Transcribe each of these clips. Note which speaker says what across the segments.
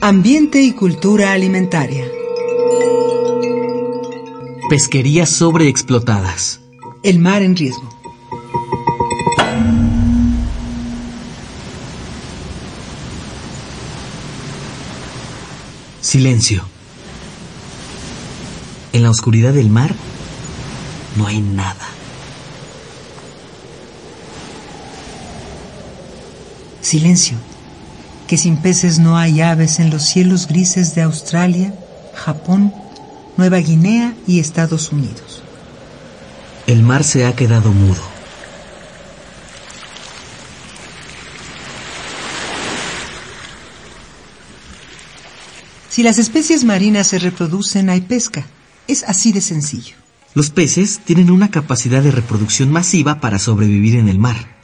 Speaker 1: Ambiente y cultura alimentaria.
Speaker 2: Pesquerías sobreexplotadas.
Speaker 1: El mar en riesgo.
Speaker 2: Silencio. En la oscuridad del mar no hay nada.
Speaker 1: Silencio. Que sin peces no hay aves en los cielos grises de Australia, Japón, Nueva Guinea y Estados Unidos.
Speaker 2: El mar se ha quedado mudo.
Speaker 1: Si las especies marinas se reproducen, hay pesca. Es así de sencillo.
Speaker 2: Los peces tienen una capacidad de reproducción masiva para sobrevivir en el mar.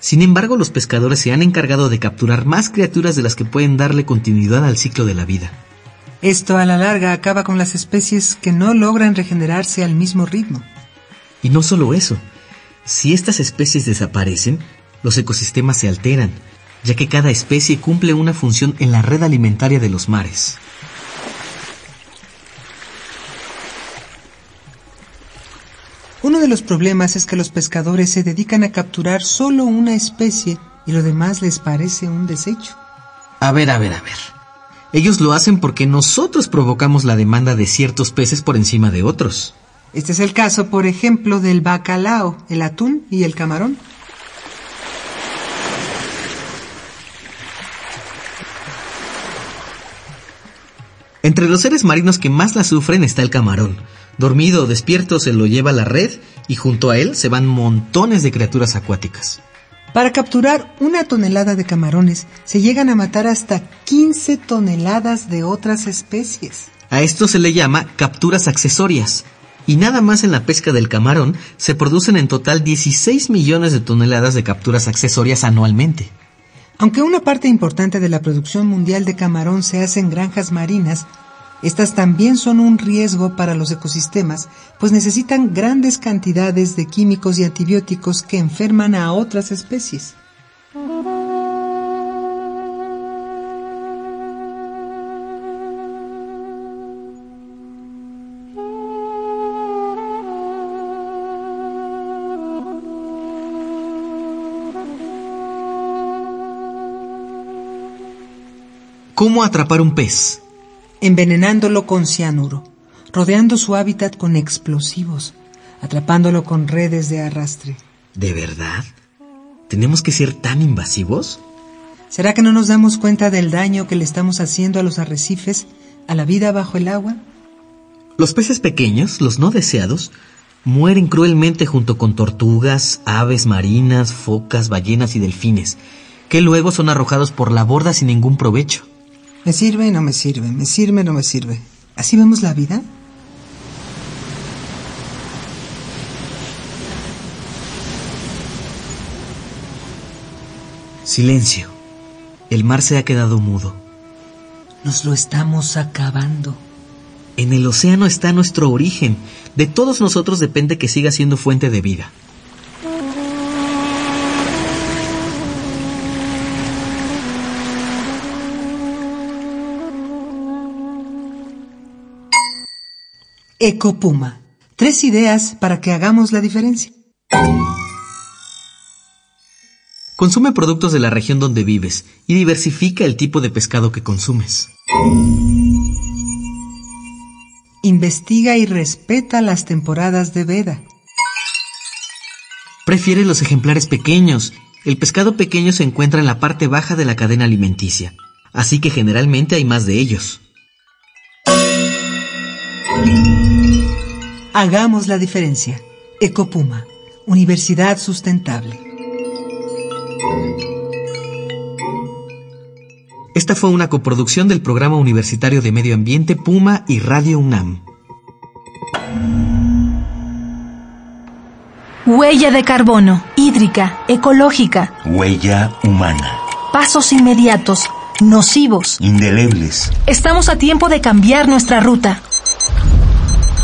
Speaker 2: Sin embargo, los pescadores se han encargado de capturar más criaturas de las que pueden darle continuidad al ciclo de la vida.
Speaker 1: Esto a la larga acaba con las especies que no logran regenerarse al mismo ritmo.
Speaker 2: Y no solo eso, si estas especies desaparecen, los ecosistemas se alteran, ya que cada especie cumple una función en la red alimentaria de los mares.
Speaker 1: Uno de los problemas es que los pescadores se dedican a capturar solo una especie y lo demás les parece un desecho.
Speaker 2: A ver, a ver, a ver. Ellos lo hacen porque nosotros provocamos la demanda de ciertos peces por encima de otros.
Speaker 1: Este es el caso, por ejemplo, del bacalao, el atún y el camarón.
Speaker 2: Entre los seres marinos que más la sufren está el camarón. Dormido o despierto se lo lleva la red y junto a él se van montones de criaturas acuáticas.
Speaker 1: Para capturar una tonelada de camarones se llegan a matar hasta 15 toneladas de otras especies.
Speaker 2: A esto se le llama capturas accesorias. Y nada más en la pesca del camarón se producen en total 16 millones de toneladas de capturas accesorias anualmente.
Speaker 1: Aunque una parte importante de la producción mundial de camarón se hace en granjas marinas, estas también son un riesgo para los ecosistemas, pues necesitan grandes cantidades de químicos y antibióticos que enferman a otras especies.
Speaker 2: ¿Cómo atrapar un pez?
Speaker 1: envenenándolo con cianuro, rodeando su hábitat con explosivos, atrapándolo con redes de arrastre.
Speaker 2: ¿De verdad? ¿Tenemos que ser tan invasivos?
Speaker 1: ¿Será que no nos damos cuenta del daño que le estamos haciendo a los arrecifes, a la vida bajo el agua?
Speaker 2: Los peces pequeños, los no deseados, mueren cruelmente junto con tortugas, aves marinas, focas, ballenas y delfines, que luego son arrojados por la borda sin ningún provecho.
Speaker 1: ¿Me sirve? No me sirve. ¿Me sirve? No me sirve. ¿Así vemos la vida?
Speaker 2: Silencio. El mar se ha quedado mudo.
Speaker 1: Nos lo estamos acabando.
Speaker 2: En el océano está nuestro origen. De todos nosotros depende que siga siendo fuente de vida.
Speaker 1: Ecopuma. Tres ideas para que hagamos la diferencia.
Speaker 2: Consume productos de la región donde vives y diversifica el tipo de pescado que consumes.
Speaker 1: Investiga y respeta las temporadas de veda.
Speaker 2: Prefiere los ejemplares pequeños. El pescado pequeño se encuentra en la parte baja de la cadena alimenticia, así que generalmente hay más de ellos.
Speaker 1: Hagamos la diferencia. Ecopuma. Universidad Sustentable.
Speaker 2: Esta fue una coproducción del Programa Universitario de Medio Ambiente Puma y Radio UNAM.
Speaker 3: Huella de carbono, hídrica, ecológica,
Speaker 4: Huella humana.
Speaker 3: pasos inmediatos, nocivos.
Speaker 4: Indelebles.
Speaker 3: Estamos a tiempo de cambiar nuestra ruta.